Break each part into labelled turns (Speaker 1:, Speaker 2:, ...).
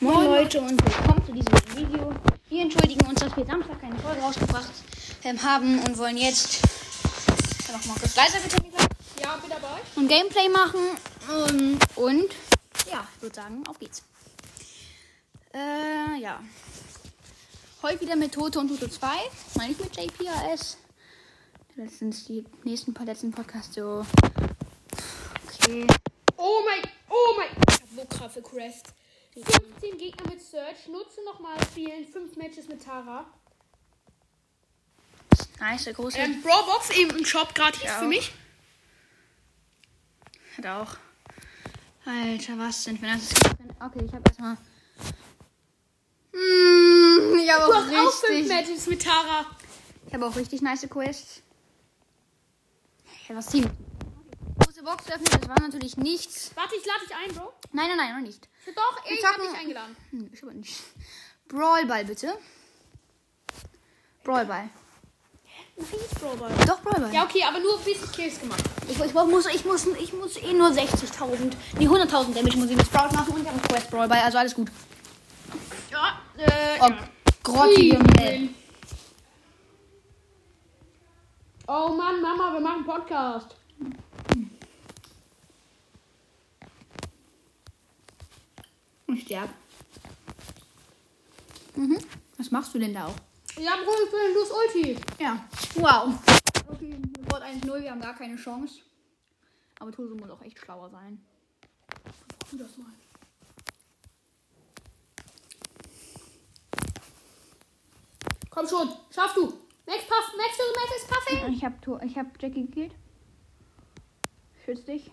Speaker 1: Moin Leute und willkommen zu diesem Video. Wir entschuldigen uns, dass wir Samstag keine Folge rausgebracht ähm, haben und wollen jetzt Kann noch mal kurz leiser bitte Mika.
Speaker 2: Ja, bin dabei.
Speaker 1: und Gameplay machen ähm, und ja, ich würde sagen, auf geht's. Äh, ja. Heute wieder mit Toto und Toto 2, mal nicht mit JPRS. Letztens die nächsten paar letzten Podcasts so. Okay.
Speaker 2: Oh mein, oh mein. Ich hab so krasse Crest. 15 Gegner mit Search. Nutze nochmal spielen. 5 Matches mit Tara.
Speaker 1: Nice, der große.
Speaker 2: Ähm, Brobox eben im Shop gratis
Speaker 1: Ja.
Speaker 2: für mich.
Speaker 1: Hat auch. Alter, was sind wir das? Okay, ich hab erstmal. Mm, ich habe
Speaker 2: Du
Speaker 1: auch,
Speaker 2: hast auch 5
Speaker 1: richtig.
Speaker 2: Matches mit Tara.
Speaker 1: Ich habe auch richtig nice Quests. Hey, was Team? Große Box öffnen, das war natürlich nichts.
Speaker 2: Warte, ich lade dich ein, Bro.
Speaker 1: Nein, nein, nein, noch nicht.
Speaker 2: Doch, ich hab
Speaker 1: zocken-
Speaker 2: dich eingeladen.
Speaker 1: Hm, ich hab nicht. Brawlball bitte. Brawlball.
Speaker 2: Nein, ist Brawlball.
Speaker 1: Doch, Brawlball.
Speaker 2: Ja, okay, aber nur bis ich Kills gemacht.
Speaker 1: Ich, ich, brauch- muss, ich, muss, ich muss eh nur 60.000, nee, 100.000 Damage muss ich mit Sprout machen und ich habe einen Quest Brawlball, also alles gut.
Speaker 2: Ja, äh.
Speaker 1: Oh, grottige Map.
Speaker 2: Oh Mann, Mama, wir machen Podcast.
Speaker 1: Und sterb. Mhm. Was machst du denn da auch?
Speaker 2: Ja, Bro, ich bin los Ulti.
Speaker 1: Ja. Wow. Okay, Rekord 1-0, wir haben gar keine Chance. Aber Toso muss auch echt schlauer sein.
Speaker 2: Tu das mal. Komm schon, schaff du. Max Puff, Max, du Max ist Puffing.
Speaker 1: Ich hab, To- ich hab Jackie gekillt. Schütz dich.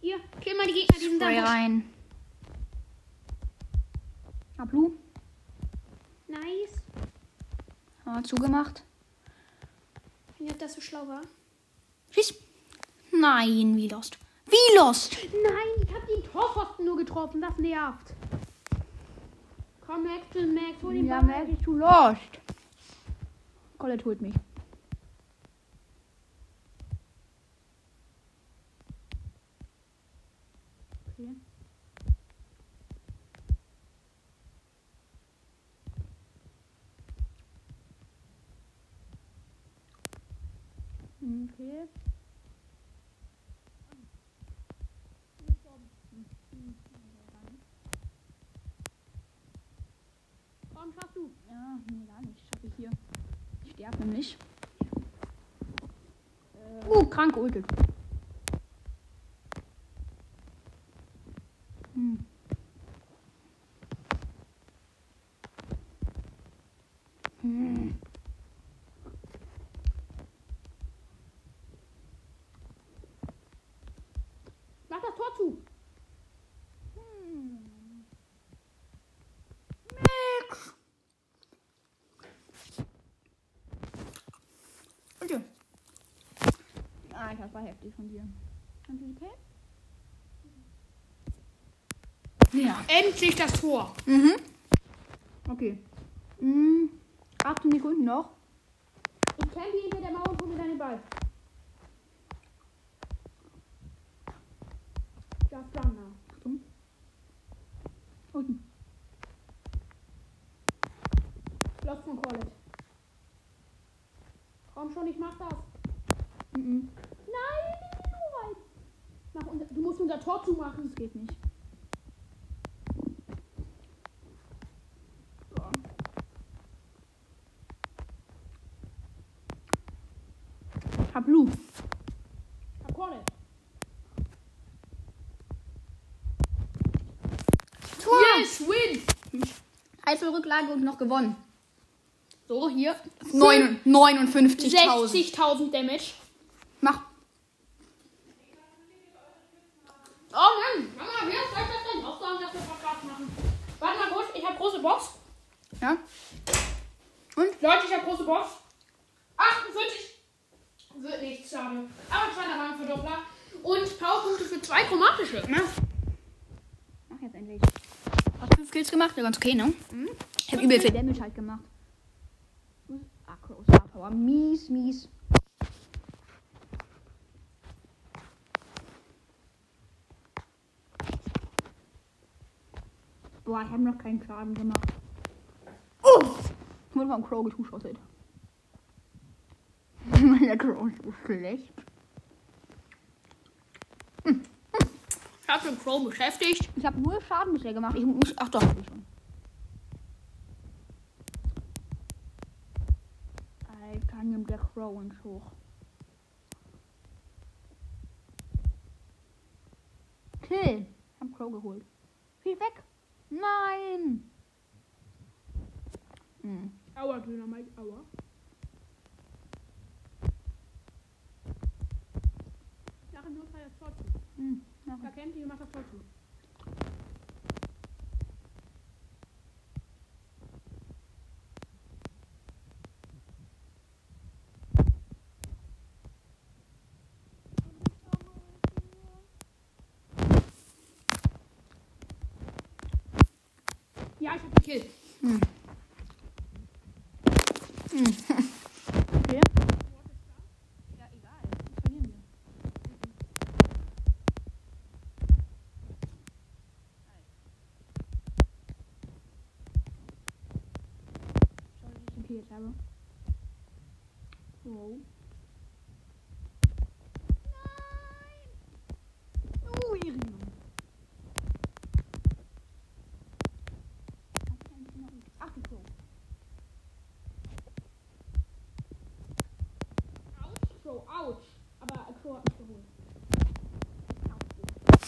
Speaker 2: Hier, kill mal die Gegner, die sind
Speaker 1: Spray
Speaker 2: da.
Speaker 1: rein. Ablu.
Speaker 2: Nice.
Speaker 1: Ah, zugemacht.
Speaker 2: Ich nicht, dass du schlau war.
Speaker 1: Schieß. Nein, wie lost. Wie lost?
Speaker 2: Nein, ich hab den Torpfosten nur getroffen, das nervt. Komm, Max, du Max, hol den
Speaker 1: Ja,
Speaker 2: Ball.
Speaker 1: merke ich, du lost. Colette holt mich. Okay. Okay.
Speaker 2: Komm, schaff du.
Speaker 1: Ja, nee, gar nicht. Schaffe ich hier. Ich sterbe nämlich. Uh, krank geultet. Hm. Hm.
Speaker 2: Mach das Tor zu.
Speaker 1: Max. Okay. Ah, das war heftig von dir. Kannst du die Pay? Ja.
Speaker 2: Endlich das Tor.
Speaker 1: Mhm. Okay. Mhm. 18 Sekunden noch.
Speaker 2: Ich campe hinter der Mauer und hol mir deinen Ball. Ja, Flammer.
Speaker 1: Achtung. Unten.
Speaker 2: Lauf von Collet. Komm schon, ich mach das.
Speaker 1: Mhm.
Speaker 2: Nein, so weit. Mach unser, du musst unser Tor zumachen.
Speaker 1: Das geht nicht. So. Ich hab Lu.
Speaker 2: Hab Collet.
Speaker 1: Tor!
Speaker 2: Yes, win.
Speaker 1: Eitel Rücklage und noch gewonnen.
Speaker 2: So, hier.
Speaker 1: Neun- 59.000.
Speaker 2: 60.000 Damage.
Speaker 1: Mach.
Speaker 2: Oh Mann, Mama, wer soll das denn aufsagen, dass wir Podcast machen? Warte mal kurz, ich hab große Box.
Speaker 1: Ja?
Speaker 2: Leute, ich habe große Box. 48 wird nichts, schade. Aber zweiter Rang für Doppler. Und Powerpunkte für zwei chromatische.
Speaker 1: Mach jetzt endlich. Hast fünf Kills gemacht? Ja, ganz okay, ne? Ich hab übel viel Damage halt gemacht. Akro, Star Power. Mies, mies. Boah, ich habe noch keinen Schaden gemacht. Oh! Ich wurde vom Crow getuschottet. Der Crow ist so schlecht.
Speaker 2: Ich habe den Crow beschäftigt.
Speaker 1: Ich habe null Schaden bisher gemacht. Ich muss. Ach doch, hab ich schon. Alter, nimmt der Crow uns hoch. Kill. Hab Crow geholt. Viel weg. Nein. Hm.
Speaker 2: Aua, Döner Mike, aua. Nach dem Notfall das Tor zu.
Speaker 1: Hm. Mach
Speaker 2: Da kennt ihr, macht das Tor zu. Ja, ich hab den Kill.
Speaker 1: Okay. Ja, egal. Das verlieren wir. Sorry, dass ich den Kiel jetzt habe. Wow. Nein! Oh, Irion. Hat sie eigentlich noch- Ach, die Crow.
Speaker 2: Autsch, Crow, ouch. Aber Crow hat mich geholt.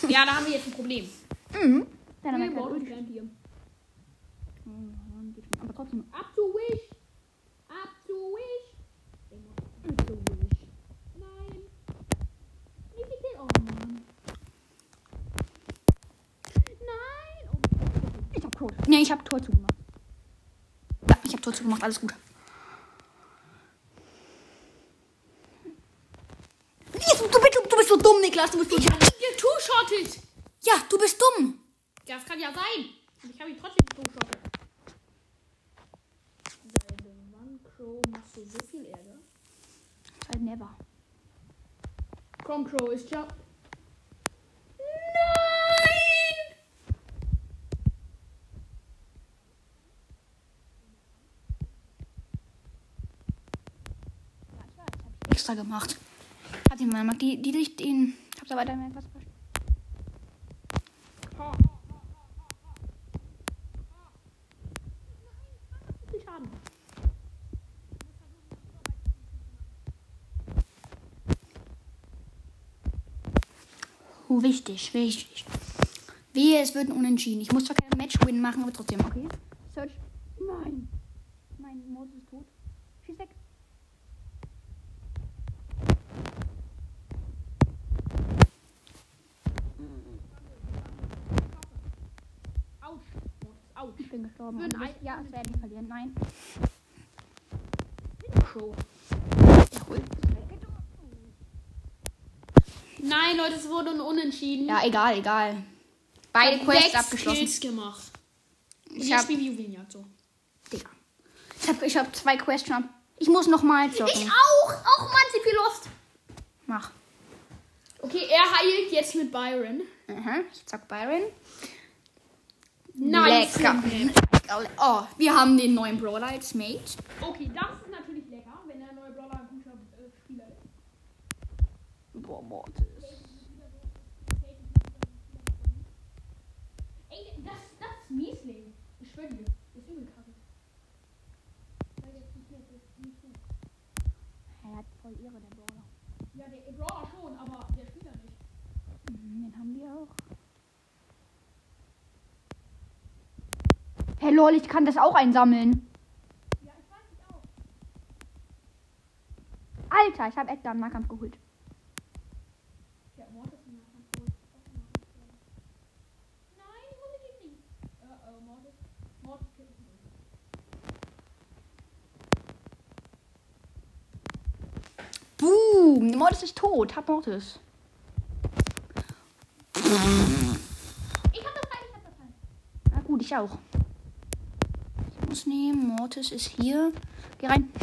Speaker 2: Ja, da haben wir jetzt ein Problem.
Speaker 1: Mhm. Dann haben wir
Speaker 2: Wir
Speaker 1: keine
Speaker 2: brauchen
Speaker 1: Ulti.
Speaker 2: kein Bier.
Speaker 1: Mhm, geht schon. Aber trotzdem.
Speaker 2: Up to wish. Up to wish. Up to wish. Nein. Nicht die Kill. Oh Mann. Nein. Oh mein
Speaker 1: Ich hab Crow. Nee, ich hab Tor zugemacht. Ja, ich hab Tor zugemacht. Alles gut. Yes, Du bist, du bist so dumm, Niklas. Du bist so
Speaker 2: Gott. Ich hab ihn getushottet.
Speaker 1: Ja, du bist dumm.
Speaker 2: Das kann ja sein. Und ich habe ihn trotzdem getushottet. Deine Mann Crow machst du so viel Ärger.
Speaker 1: Halt never.
Speaker 2: Komm Crow ist ja.
Speaker 1: Extra gemacht. Hat ihn mal gemacht. Die, die, die, den. Ich hab da weiter irgendwas verstanden.
Speaker 2: Ha. Viel Schaden.
Speaker 1: Oh, wichtig, wichtig. Wehe, es wird ein Unentschieden. Ich muss zwar keinen Match-Win machen, aber trotzdem. Okay. Search. Nein. Mein Modus ist tot. Schieß weg.
Speaker 2: Autsch. Autsch.
Speaker 1: Ich bin gestorben.
Speaker 2: Für ein
Speaker 1: Und du bist-
Speaker 2: Ei-
Speaker 1: ja, es werden wir verlieren. Nein.
Speaker 2: Crow.
Speaker 1: Ja, cool.
Speaker 2: Nein, Leute, es wurde ein Unentschieden.
Speaker 1: Ja, egal, egal. Beide
Speaker 2: Ich hab
Speaker 1: Quests
Speaker 2: sechs
Speaker 1: abgeschlossen.
Speaker 2: Kills gemacht.
Speaker 1: Ich
Speaker 2: Ich hab
Speaker 1: habe
Speaker 2: Spiel Juwelen so.
Speaker 1: ich hab, ich hab zwei Quests schon. ab- Ich muss nochmal zocken.
Speaker 2: auch. Auch Mann, sie viel lost.
Speaker 1: Mach.
Speaker 2: Okay, er heilt jetzt mit Byron.
Speaker 1: Aha, ich zock Byron.
Speaker 2: Nice.
Speaker 1: Lecker. Oh, wir haben den neuen Brawler als Mate.
Speaker 2: Okay, das ist natürlich lecker, wenn der neue Brawler ein guter äh, Spieler ist.
Speaker 1: Boah, Mortis.
Speaker 2: Ey, das, das ist Miesling. Ich schwöre dir. Das ist übel kacke. Weil der Typ hier ist nicht gut.
Speaker 1: Er hat voll Ehre, der Brawler.
Speaker 2: Ja, der Brawler schon, aber der Spieler nicht.
Speaker 1: Mhm, Den haben wir auch. Hey lol, ich kann das auch einsammeln.
Speaker 2: Ja, ich weiß nicht auch.
Speaker 1: Alter, ich habe Edgar im Nahkampf geholt.
Speaker 2: Der Mord ist in der Hand. Mord ist auch in der Hand. Nein, ich muss nicht liegen. Äh, äh, Mord ist. Mord ist killt mich.
Speaker 1: Boom, Mortis ist tot. Hab Mortis.
Speaker 2: Ich hab das rein, ich hab das rein.
Speaker 1: Na gut, ich auch. Ich muss nehmen. Mortis ist hier. Geh rein.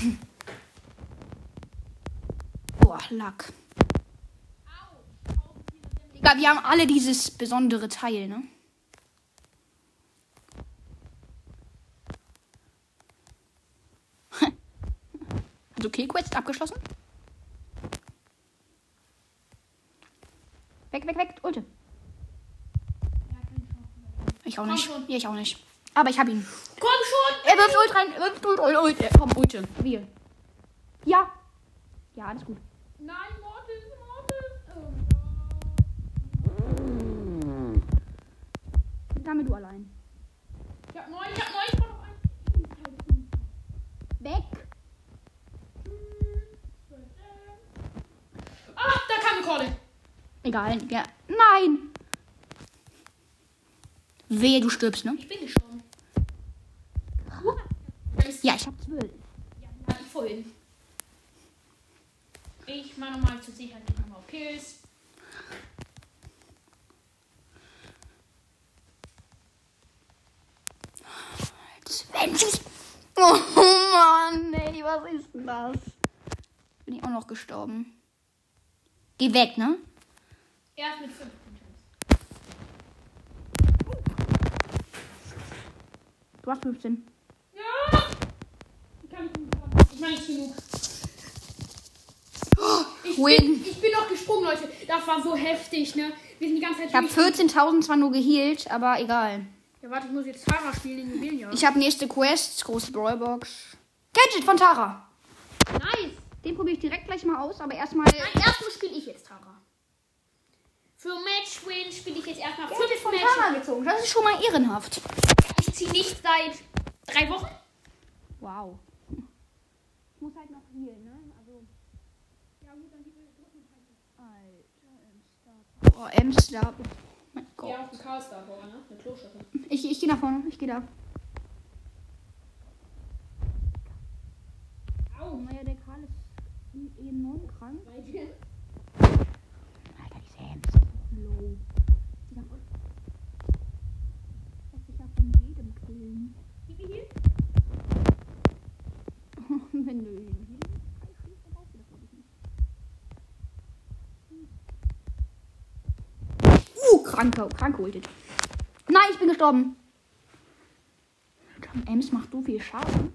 Speaker 1: Boah, Oh, Lack.
Speaker 2: Au.
Speaker 1: Digga, wir haben alle dieses besondere Teil, ne? Also okay, Quest abgeschlossen. Weg, weg, weg, Ulte. Ich auch
Speaker 2: Komm
Speaker 1: nicht.
Speaker 2: schon.
Speaker 1: Ja, ich auch nicht. Aber ich hab ihn.
Speaker 2: Komm schon!
Speaker 1: Er wirft Ult rein. Er wirft Ult, Ult, Ult. Äh, Komm, Ulte. Wir. Ja. Ja, alles gut.
Speaker 2: Nein, Mortis, Mortis! Oh Gott.
Speaker 1: Damit du allein.
Speaker 2: Ich hab neun, ich hab neun, ich brauch noch einen.
Speaker 1: Weg.
Speaker 2: Ah, da kam die Cordel.
Speaker 1: Egal. Ja. Nein. Wehe, du stirbst, ne?
Speaker 2: Ich bin gestorben.
Speaker 1: Ja, ich hab zwölf.
Speaker 2: Ja, ich vorhin. Ich mach nochmal zur Sicherheit nochmal auf Kills.
Speaker 1: Zwanzig. Oh Mann, ey, was ist denn das? Bin ich auch noch gestorben. Geh weg, ne?
Speaker 2: Er ist mit 15 Kills.
Speaker 1: Du hast 15.
Speaker 2: Ja! Ich kann nicht mehr. Ich mach nicht genug. Ich
Speaker 1: Win.
Speaker 2: bin, ich bin noch gesprungen, Leute. Das war so heftig, ne? Wir sind die ganze Zeit
Speaker 1: Ich habe
Speaker 2: durchgegangen.
Speaker 1: 14.000 zwar nur geheilt, aber egal.
Speaker 2: Ja, warte, ich muss jetzt Tara spielen in Jubiläum.
Speaker 1: Ich habe nächste Quest, große Brawlbox. Gadget von Tara.
Speaker 2: Nice!
Speaker 1: Den probiere ich direkt gleich mal aus, aber erstmal.
Speaker 2: Nein, erstmal spiele ich jetzt Tara. Für Matchwin spiele ich jetzt erstmal
Speaker 1: Gadget
Speaker 2: fünf
Speaker 1: von
Speaker 2: Matches.
Speaker 1: Tara gezogen. Das ist schon mal ehrenhaft.
Speaker 2: Ich ziehe nicht seit drei Wochen.
Speaker 1: Wow. Ich muss halt noch healen, ne? Also. halt Alter, M-Star. Oh, M-Star. Oh mein Gott.
Speaker 2: Ja, auf dem Chaos da vorne, ne? Eine Kloschüssel.
Speaker 1: Ich, ich gehe nach vorne, ich gehe da.
Speaker 2: Au,
Speaker 1: Naja, der Karl ist eh enorm krank.
Speaker 2: bei dir.
Speaker 1: Alter, diese Hems sind so low. Die haben lässt sich ja von jedem killen. Wenn du ihn healst, dann brauchst du das, glaub ich, nicht. Uh, kranke, krank geholtet. Nein, ich bin gestorben. Tom Ems macht so viel Schaden.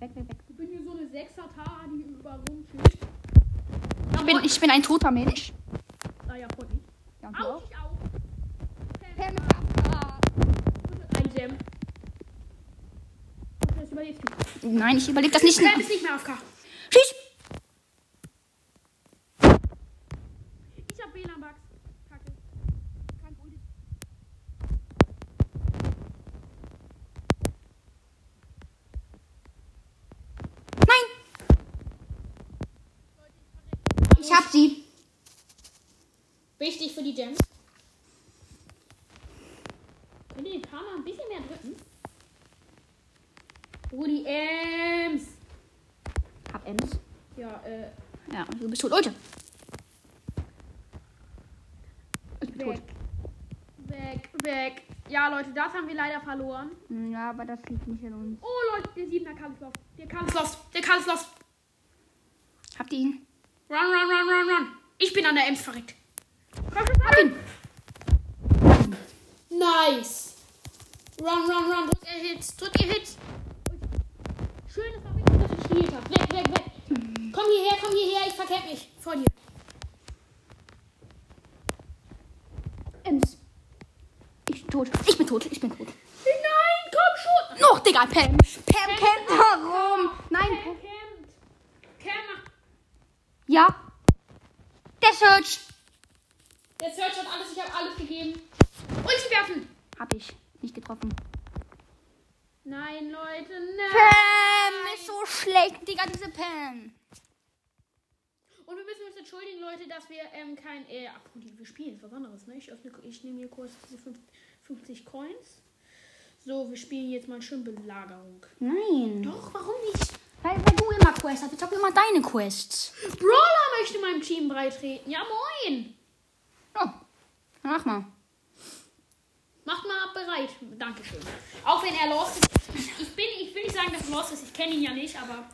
Speaker 1: Weg, weg, weg.
Speaker 2: Ich bin hier so eine sechser Tara, die überall rumchillt.
Speaker 1: Ich bin, ich bin ein toter Mensch.
Speaker 2: Ah ja, voll nicht.
Speaker 1: Ja, du
Speaker 2: Au,
Speaker 1: auch.
Speaker 2: ich au.
Speaker 1: Pam, ah.
Speaker 2: Ein Gem. Okay, das überlebst du.
Speaker 1: Nein, ich überlebe das nicht.
Speaker 2: Sam ist nicht mehr AFK.
Speaker 1: Schieß!
Speaker 2: Ich hab WLAN-Bugs. Kacke. Kein Ulti.
Speaker 1: Nein! Ich hab sie.
Speaker 2: Wichtig für die Gems. Könnt ihr den Palmer ein bisschen mehr drücken? Oh, die Ems.
Speaker 1: Hab Ems.
Speaker 2: Ja, äh,
Speaker 1: Ja, du bist tot. Leute! Ich bin tot.
Speaker 2: weg. Weg, weg. Ja, Leute, das haben wir leider verloren.
Speaker 1: Hm, Ja, aber das liegt nicht an uns.
Speaker 2: Oh, Leute, der Siebener Kampflauf. Der Kampflauf. Der Kampflauf.
Speaker 1: Habt ihr ihn?
Speaker 2: Run, run, run, run, run. Ich bin an der Ems verrückt. Komm schon,
Speaker 1: Hab ihn!
Speaker 2: Nice. Run, run, run. Drück ihr Hits. Drück ihr Hits. Schön, dass ich das gespielt habe. Weg, weg, weg. Komm hierher, komm hierher. Ich verkehr mich. Vor dir.
Speaker 1: Ems. Ich bin tot. Ich bin tot. Ich bin tot.
Speaker 2: Nein, komm schon.
Speaker 1: Noch, Digga, Pam. Pam kämpft darum. Nein.
Speaker 2: Cam, Cam. Cam macht.
Speaker 1: Ja. Der Search.
Speaker 2: Der Search hat alles. Ich habe alles gegeben. Ulti werfen.
Speaker 1: Hab ich. Nicht getroffen.
Speaker 2: Nein, Leute, nein.
Speaker 1: Pam ist so schlecht, Digga, diese Pam.
Speaker 2: Und wir müssen uns entschuldigen, Leute, dass wir ähm, kein. Äh, ach, gut, wir spielen jetzt was anderes, ne? Ich, öffne, ich nehme hier kurz diese fünf- 50 Coins. So, wir spielen jetzt mal schön Belagerung.
Speaker 1: Nein.
Speaker 2: Doch, warum nicht?
Speaker 1: Weil, weil du immer Quests hast. Ich hab immer deine Quests.
Speaker 2: Brawler möchte meinem Team beitreten. Ja, moin.
Speaker 1: Oh. Dann mach mal.
Speaker 2: Macht mal bereit. Dankeschön. Auch wenn er lost ist. Ich, bin, ich will nicht sagen, dass er lost ist. Ich kenne ihn ja nicht, aber.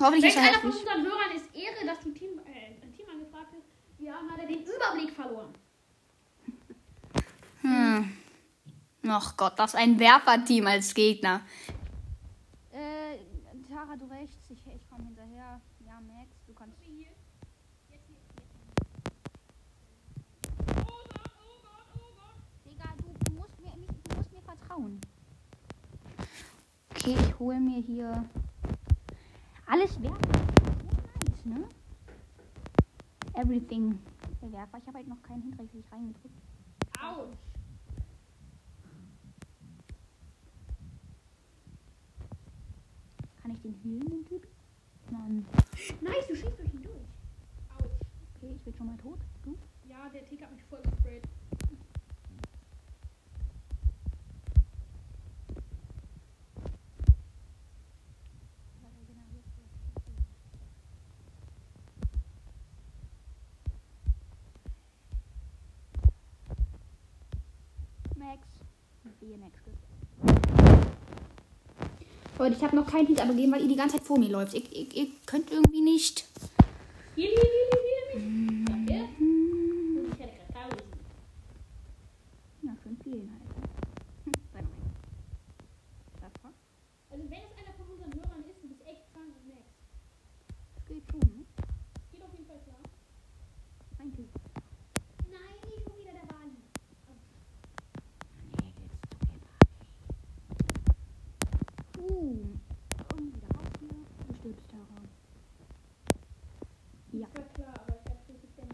Speaker 1: Hoffentlich ist er
Speaker 2: Wenn einer von
Speaker 1: heftig.
Speaker 2: unseren Hörern ist Ehre, dass du Team, äh, ein Team angefragt hast. Wir haben leider den Überblick verloren.
Speaker 1: Hm. Ach Gott, das ist ein Werferteam als Gegner. Äh, Ja, du rechts. Ich, ich komme hinterher. Ja, Max, du kannst.
Speaker 2: Hier. Jetzt hier.
Speaker 1: Digga, du, du, musst, mir, du musst mir vertrauen. Okay, ich hole mir hier. Alles Werfer. Oh, nice, ne? Everything. Der Werfer. Ich habe halt noch keinen hinreichlich reingedrückt.
Speaker 2: Au!
Speaker 1: Kann ich den healen, den Typ? Mann.
Speaker 2: Nice, du schießt durch ihn durch. Autsch.
Speaker 1: Okay, ich bin schon mal tot. Du?
Speaker 2: Ja, der Tick hat mich voll gesprayt.
Speaker 1: Max. Wehe, Max. Leute, ich habe noch keinen Hit aber gegeben, weil ihr die ganze Zeit vor mir läuft. Ihr, ihr, ihr könnt irgendwie nicht.
Speaker 2: Hier, hier, hier, hier, hier. Sagt er? Und ich hätte gerade da gewesen.
Speaker 1: Ja, schön vielen halt. Hm, sei noch ein. Das war-
Speaker 2: Also, wenn es einer von unseren Hörern ist, du bist echt krank und Max.
Speaker 1: das geht schon, ne?
Speaker 2: Geht auf jeden Fall klar.
Speaker 1: Ein Typ.
Speaker 2: Nein, nicht schon wieder der Bali.
Speaker 1: Uh, und wieder raus hier. Du stirbst daran. Ja.
Speaker 2: Das war klar, aber ich hab's nicht gesehen.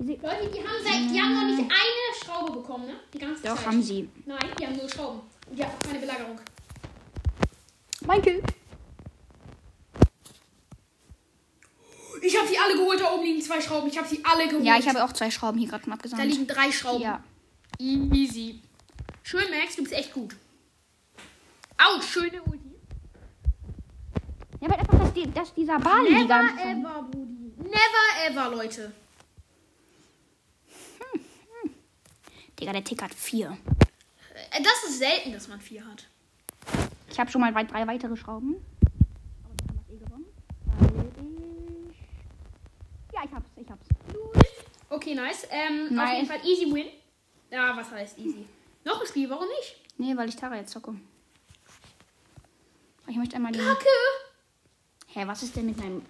Speaker 1: Sie
Speaker 2: Leute, die haben seit, die haben noch nicht eine Schraube bekommen, ne? Die ganze
Speaker 1: Doch,
Speaker 2: Zeit.
Speaker 1: haben sie.
Speaker 2: Nein, die haben nur Schrauben. Und die haben auch keine Belagerung.
Speaker 1: Mein Kill.
Speaker 2: Ich habe sie alle geholt, da oben liegen zwei Schrauben. Ich habe sie alle geholt.
Speaker 1: Ja, ich habe auch zwei Schrauben hier gerade mal
Speaker 2: Da
Speaker 1: abgesammelt.
Speaker 2: liegen drei Schrauben.
Speaker 1: Ja.
Speaker 2: Easy. Schön, Max, du bist echt gut. Au, schöne Ulti.
Speaker 1: Ja, aber einfach, dass, die, dass dieser Bali die ganze Zeit-
Speaker 2: ever, Brudi. Never ever, Leute.
Speaker 1: Digga, der Tick hat vier.
Speaker 2: Äh, Das ist selten, dass man vier hat.
Speaker 1: Ich habe schon mal wei- drei weitere Schrauben. Aber wir haben das eh gewonnen. Weil ich. Ja, ich hab's, ich hab's.
Speaker 2: Okay, nice. Ähm, Auf
Speaker 1: Nice.
Speaker 2: jeden Fall easy win. Ja, was heißt easy? Noch ein Spiel, warum nicht?
Speaker 1: Nee, weil ich Tara jetzt zocke. Ich möchte einmal den.
Speaker 2: Kacke.
Speaker 1: Hä, was ist denn mit meinem.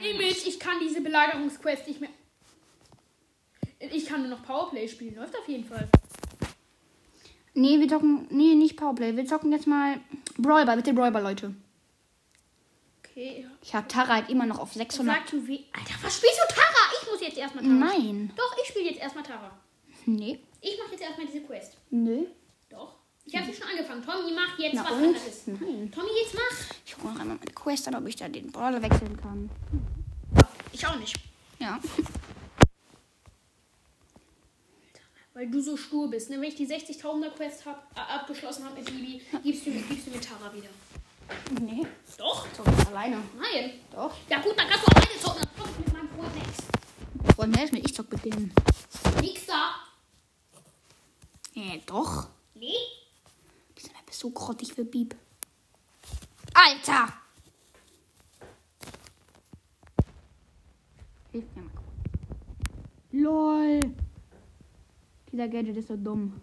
Speaker 2: Image, ich kann diese Belagerungsquest nicht mehr. Ich kann nur noch Powerplay spielen, läuft auf jeden Fall.
Speaker 1: Nee, wir zocken. Nee, nicht Powerplay. Wir zocken jetzt mal. Brawl Ball, bitte Brawl Ball, Leute.
Speaker 2: Okay, ja.
Speaker 1: Ich habe Tara halt immer noch auf
Speaker 2: So
Speaker 1: 600.
Speaker 2: Sag du wie. Alter, was spielst du Tara? Ich muss jetzt erstmal Tara.
Speaker 1: Nein.
Speaker 2: Doch, ich spiele jetzt erstmal Tara.
Speaker 1: Nee.
Speaker 2: Ich mache jetzt erstmal diese Quest.
Speaker 1: Nö.
Speaker 2: Doch. Ich habe sie schon angefangen. Tommy macht jetzt
Speaker 1: Na
Speaker 2: was
Speaker 1: und?
Speaker 2: anderes.
Speaker 1: Nein.
Speaker 2: Tommy, jetzt mach.
Speaker 1: Ich gucke noch einmal meine Quest an, ob ich da den Brawler wechseln kann.
Speaker 2: Ich auch nicht.
Speaker 1: Ja.
Speaker 2: Weil du so stur bist. Ne? Wenn ich die 60.000er Quest hab, äh, abgeschlossen habe mit Bibi, gibst du, gibst du mir Tara wieder.
Speaker 1: Nee.
Speaker 2: Doch.
Speaker 1: Zocke ich alleine.
Speaker 2: Nein.
Speaker 1: Doch.
Speaker 2: Ja gut, dann kannst du auch reingezogen. Dann komm ich mit meinem Freund Max.
Speaker 1: Freunde, helf mir. Ich zock mit denen.
Speaker 2: Nix da.
Speaker 1: Nee, Äh, doch.
Speaker 2: Nee.
Speaker 1: Diese Map ist so grottig für Bieb. Alter! Hilf mir mal kurz. LOL! Dieser Gadget ist so dumm.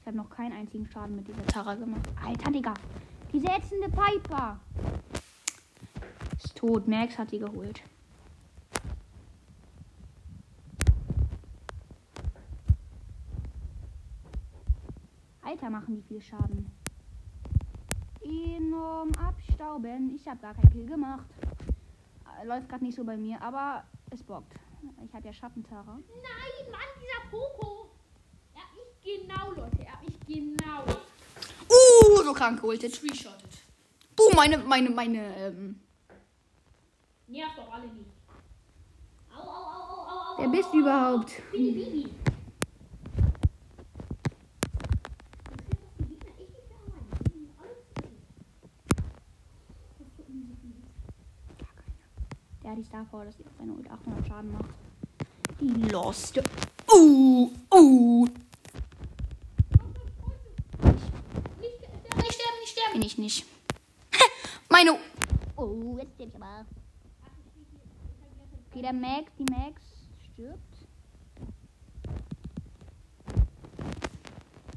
Speaker 1: Ich habe noch keinen einzigen Schaden mit dieser Tara gemacht. Alter, Digga! Diese ätzende Piper! Ist tot. Max hat sie geholt. Alter, machen die viel Schaden. Enorm abstauben. Ich habe gar keinen Kill gemacht. Äh, Läuft gerade nicht so bei mir, aber es bockt. Ich habe ja Schattentara.
Speaker 2: Nein, Mann, dieser Poco. Er hat mich genau, Leute. Er hat mich genau
Speaker 1: Uh, so krank geholtet.
Speaker 2: tree-shottet.
Speaker 1: Boom, meine, meine, meine, ähm.
Speaker 2: Nervt doch alle nicht. Au, au, au, au, au, au.
Speaker 1: Wer bist du überhaupt?
Speaker 2: Ich bin die Bibi. Ich bin doch die Gegner, ich bin der Mann. Ich bin alles drin. Das tut mir so gut.
Speaker 1: Der hat die Star Power, dass die auf seine Ult 800 Schaden macht. Die Lost. Uh, uh.
Speaker 2: Nicht sterben, nicht sterben, nicht sterben.
Speaker 1: Bin ich nicht. meine. Oh, jetzt bin ich aber. Okay, der Max, die Max stirbt.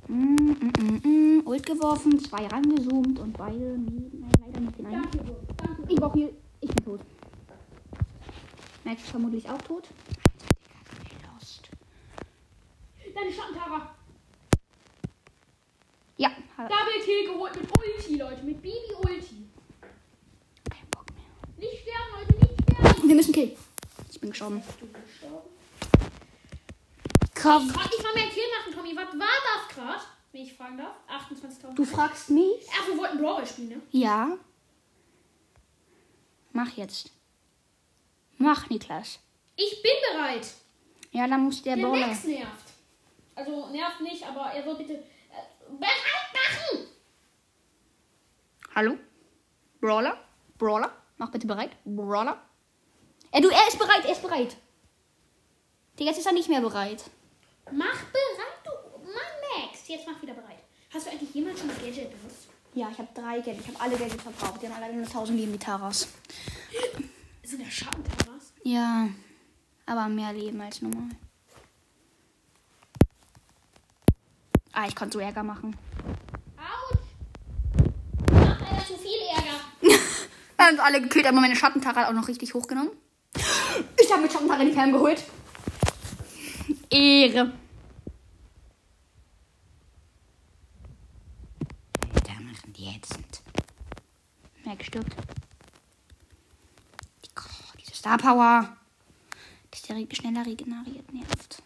Speaker 1: Mm, mm, mm, mm. Ult geworfen, zwei rangezoomt und beide. Nee, nein, leider nicht hinein.
Speaker 2: Danke, Bro. Danke.
Speaker 1: Ich brauche hier. Ich bin tot. Max ist vermutlich auch tot. Alter, Digga, ey, lost.
Speaker 2: Deine Schattenkara.
Speaker 1: Ja, hat er
Speaker 2: Double Kill geholt mit Ulti, Leute. Mit Baby Ulti.
Speaker 1: keinen Bock mehr.
Speaker 2: Nicht sterben, Leute, nicht sterben.
Speaker 1: Wir müssen killen. Ich bin gestorben.
Speaker 2: Bist du gestorben?
Speaker 1: Komm.
Speaker 2: Gott, ich war mir einen Kill machen, Tommy. Was war das gerade? Wenn ich fragen darf. 28.000.
Speaker 1: Du fragst mich?
Speaker 2: Ach, wir wollten Brawl spielen, ne?
Speaker 1: Ja. Mach jetzt. Mach, Niklas.
Speaker 2: Ich bin bereit.
Speaker 1: Ja, dann muss der
Speaker 2: Der
Speaker 1: Baller.
Speaker 2: Max nervt. Also nervt nicht, aber er soll bitte äh, bereit machen.
Speaker 1: Hallo? Brawler? Brawler? Mach bitte bereit. Brawler? Er, du, er ist bereit, er ist bereit. Digga, jetzt ist er nicht mehr bereit.
Speaker 2: Mach bereit, du Mann, Max. Jetzt mach wieder bereit. Hast du eigentlich jemals schon ein Gadget benutzt?
Speaker 1: Ja, ich habe drei Geld. Ich habe alle Geld verbraucht. Die haben alleine nur 1000 Leben, die Taras.
Speaker 2: Sind der Schattenterras?
Speaker 1: Ja, aber mehr Leben als normal. Ah, ich konnte so Ärger machen.
Speaker 2: Autsch. Macht leider zu viel Ärger.
Speaker 1: Und alle gekillt, aber meine Schattentara hat auch noch richtig hochgenommen. Ich habe mit Schattentara die Perlen geholt. Ehre. Da machen die hetzend. Merk stirbt. Die- oh, Diese Star Power. Dass der Regen schneller regeneriert, nervt.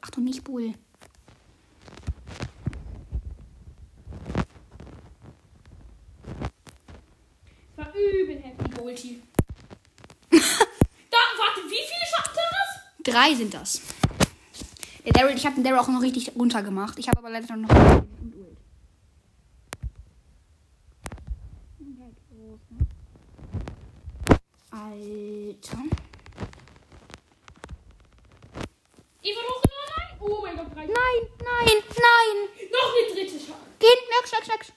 Speaker 1: Achtung, nicht Bull.
Speaker 2: Das war übel heftig, Ulti. da, warte, wie viele Schattenterras?
Speaker 1: Drei sind das. Der Daryl, ich habe den Daryl auch noch richtig runtergemacht. Ich habe aber leider noch. Und Ult. Alter.
Speaker 2: Ich war doch nein. Oh mein Gott, drei.
Speaker 1: Nein, nein, nein.
Speaker 2: Noch eine dritte Schatten.
Speaker 1: Gehen, Max, Max, Max.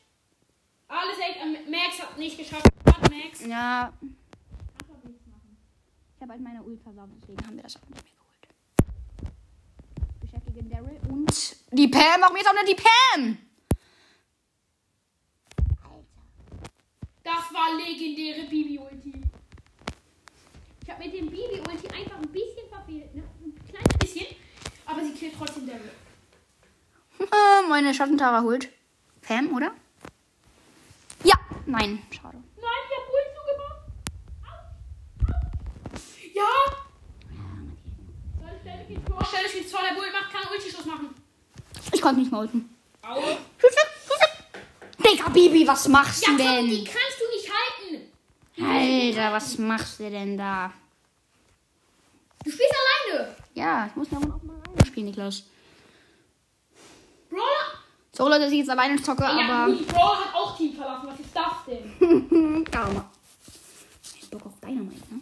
Speaker 2: Alles echt. ähm, Max hat nicht geschafft. Hat Max.
Speaker 1: Ja,
Speaker 2: Darf aber nichts machen.
Speaker 1: ich habe halt meine Ult versaut, deswegen haben wir das auch nicht mehr geholt. Beschäftigen Daryl und. Die Pam, warum jetzt auch noch die Pam?
Speaker 2: Das war legendäre Bibi-Ulti. Ich habe mit dem Bibi-Ulti einfach ein bisschen verfehlt. Ne? Ein kleines bisschen. Aber sie killt trotzdem Daryl.
Speaker 1: Äh, Meine Schattentara holt. Pam, oder? Ja, nein, schade.
Speaker 2: Nein, ich hab Ulti zugemacht. Au, au. Ja. Soll ich Stelle geht's vor. Stelle geht's vor. Der Bull macht keinen Ulti-Schuss machen.
Speaker 1: Ich konnte nicht molten.
Speaker 2: Au. Ja,
Speaker 1: Digga, Bibi, was machst du
Speaker 2: komm, die
Speaker 1: denn?
Speaker 2: kannst du nicht halten.
Speaker 1: Alter, was machst du denn da?
Speaker 2: Du spielst alleine.
Speaker 1: Ja, ich muss davon auch mal reinspielen, Niklas.
Speaker 2: Brawler.
Speaker 1: So, Leute, dass ich jetzt alleine zocke,
Speaker 2: Ja,
Speaker 1: aber.
Speaker 2: gut, Brawler hat auch Team verlassen. Was ist das denn?
Speaker 1: Karma. Ich bock auf Dynamite, ne?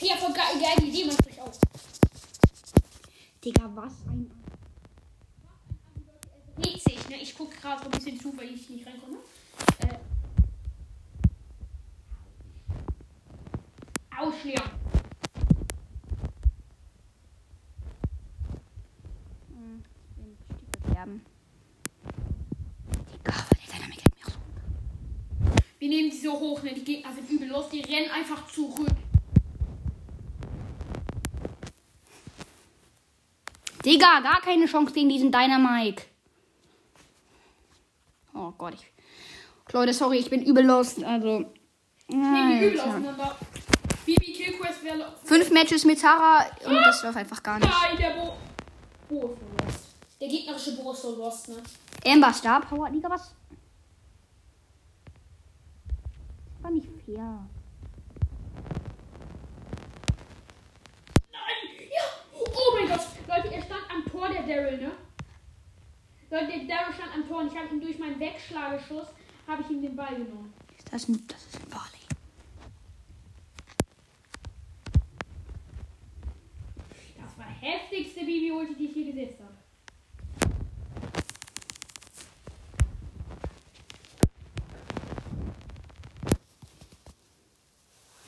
Speaker 2: Ja, voll geil, geile Idee, man spricht aus.
Speaker 1: Digga, was ein.
Speaker 2: Witzig, ne? Ich gucke gerade so ein bisschen zu, weil ich nicht reinkomme. Äh. Autsch, Leon.
Speaker 1: Sterben. Digga, weil der Dynamite hat mir auch so.
Speaker 2: Wir nehmen die so hoch, ne? Die Gegner sind übel los, die rennen einfach zurück.
Speaker 1: Digga, gar keine Chance gegen diesen Dynamite. Oh Gott, ich. Leute, sorry, ich bin übel lost. Also.
Speaker 2: Nehmen die übel
Speaker 1: Alter.
Speaker 2: auseinander. Bibi Killquest wäre los.
Speaker 1: Fünf Matches mit Tara und das läuft einfach gar nicht.
Speaker 2: Nein, der Bo. Bo ist so lost. Der gegnerische Bo ist so lost, ne?
Speaker 1: Amber Star Power, Digga, was? War nicht fair.
Speaker 2: Nein! Ja! Oh mein Gott! Leute, er stand am Tor der Daryl, ne? Leute, der Daryl stand am Tor und ich habe ihm durch meinen Wegschlageschuss habe ich ihm den Ball genommen.
Speaker 1: Ist das ein, das ist ein Barley.
Speaker 2: Das war heftigste Bibi-Ulti, die ich je gesetzt habe.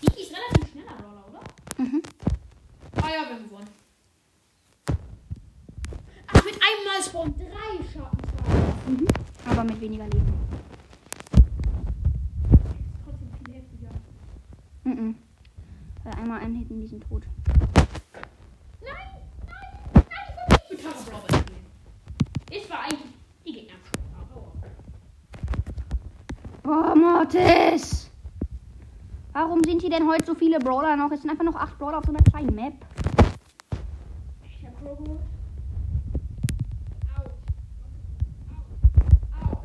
Speaker 2: Die ist relativ schneller, Brawler, oder?
Speaker 1: Mhm.
Speaker 2: Ah ja, wir haben gewonnen.
Speaker 1: aber mit weniger Leben.
Speaker 2: Trotzdem viel heftiger.
Speaker 1: Mhm. Weil einmal einhitten, die sind tot.
Speaker 2: Nein, nein, nein, ich will nicht mit Tara Brawl spielen. Ich war eigentlich die Gegner am Schluss, aber-
Speaker 1: Boah, Mortis! Warum sind hier denn heute so viele Brawler noch? Es sind einfach noch acht Brawler auf so einer kleinen Map.
Speaker 2: Ich hab Crow geholt. Au. Au. Au.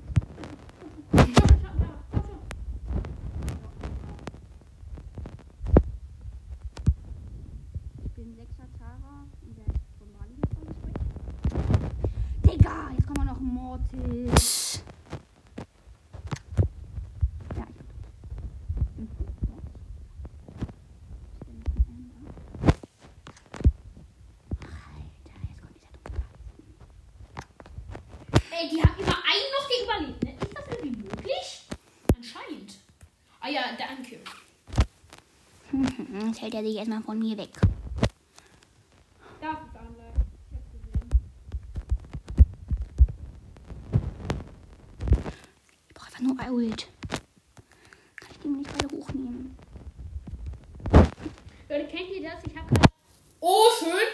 Speaker 2: Komm schon, komm schon, komm schon.
Speaker 1: Ich bin 6er Tara und der ist von Mali Digga, jetzt kommt mal noch Mortis. Ja, ich bin Alter, jetzt kommt dieser dumme.
Speaker 2: Ey, die haben über einen noch die überlebt, ne? Ist das irgendwie möglich? Anscheinend. Ah ja, danke.
Speaker 1: Hm, Jetzt hält er sich erstmal von mir weg.
Speaker 2: Darf ich anleiten? Ich hab's gesehen.
Speaker 1: Ich brauche einfach nur Ult. Kann ich den nicht beide hochnehmen?
Speaker 2: Leute, kennt ihr das? Ich hab grad. Oh, schön!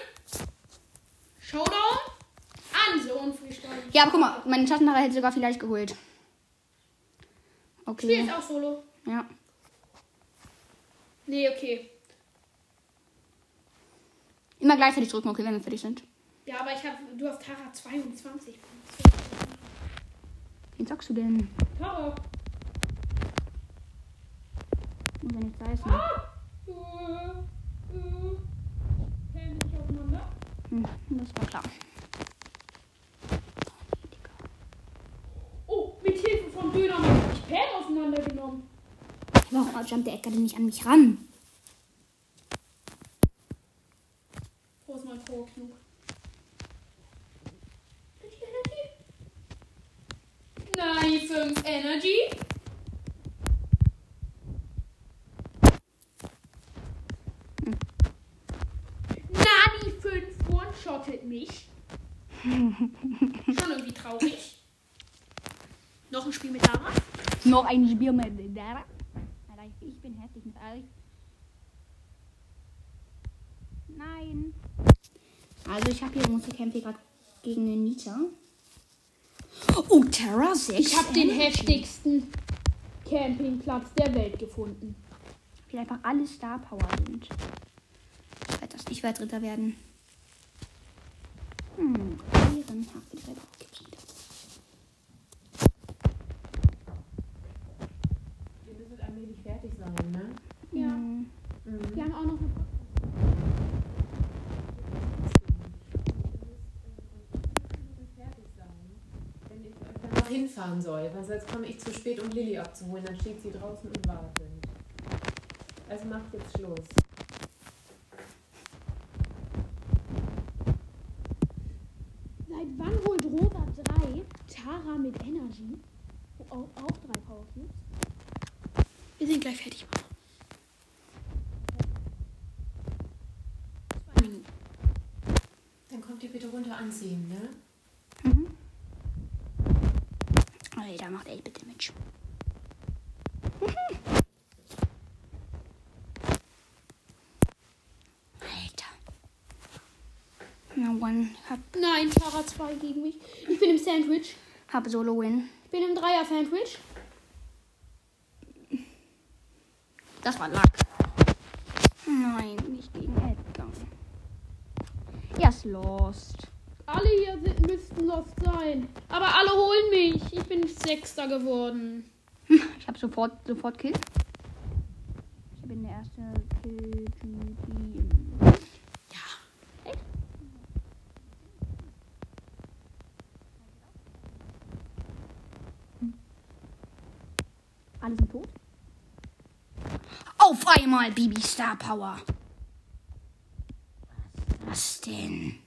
Speaker 2: Showdown! An so und Freestyle.
Speaker 1: Ja, aber guck mal, meine Taschenlampe hätte ich sogar vielleicht geholt.
Speaker 2: Ich spiel
Speaker 1: Okay.
Speaker 2: jetzt auch solo.
Speaker 1: Ja.
Speaker 2: Nee, okay.
Speaker 1: Immer gleichzeitig drücken, okay, wenn wir fertig sind.
Speaker 2: Ja, aber ich hab. Du hast Tara 22.
Speaker 1: Wen sagst du denn?
Speaker 2: Tara!
Speaker 1: Muss ja nichts heißen.
Speaker 2: Ah! Äh, äh. Fällen nicht aufeinander?
Speaker 1: Hm, das war klar.
Speaker 2: Oh, mit Hilfe von Dynamit hab ich Pam auseinandergenommen.
Speaker 1: Warum jumpt der Edgar denn nicht an mich ran?
Speaker 2: Wo ist mein Pro genug? Energy, Energy. 95 Energy. Nani 5 one-shottet mich. Schon irgendwie traurig. Noch ein Spiel mit Dara.
Speaker 1: Noch ein Spiel mit der. Alter, ich- ich bin heftig mit euch. Nein. Also ich habe hier Muskelkämpfe gerade gegen den Nita. Oh, Terra 6.
Speaker 2: Ich habe den
Speaker 1: Energy.
Speaker 2: heftigsten Campingplatz der Welt gefunden.
Speaker 1: Wie einfach alle Star Power sind. Ich werde das- Ich werde Dritter werden. Hm, ehrenhaft. Ich werde auch gibt's wieder.
Speaker 3: Ihr müsstet allmählich fertig sein, ne?
Speaker 2: Ja.
Speaker 1: Hm,
Speaker 2: Wir haben auch noch eine
Speaker 3: Fertig sein, wenn ich euch dann noch hinfahren soll, weil sonst komme ich zu spät, um Lilly abzuholen. Dann steht sie draußen und wartet. Also macht jetzt Schluss.
Speaker 2: Seit wann holt Rosa 3 Tara mit Energy? Auch, auch drei Power Cubes. Wir sind gleich fertig. Mama. Zwei Minuten.
Speaker 3: Dann kommt ihr bitte runter anziehen, ne?
Speaker 1: Mhm. Alter, macht 8 bitte mit. Mhm. Alter. Na, one. Hab,
Speaker 2: Nein, Tara 2 gegen mich. Ich bin im Sandwich.
Speaker 1: hab Solo-Win.
Speaker 2: Ich bin im Dreier-Sandwich.
Speaker 1: Das war Lack. Nein, nicht gegen Edgar. Er ist lost.
Speaker 2: Alle hier sind, müssten lost sein. Aber alle holen mich. Ich bin Sechster geworden.
Speaker 1: Ich habe sofort, sofort Kill. Ich bin der erste Kill, die im Hm. Alle sind tot? Auf einmal, Bibi Star Power. Was ist das denn?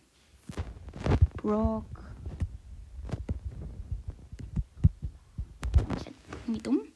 Speaker 1: Brock. Ist das irgendwie dumm?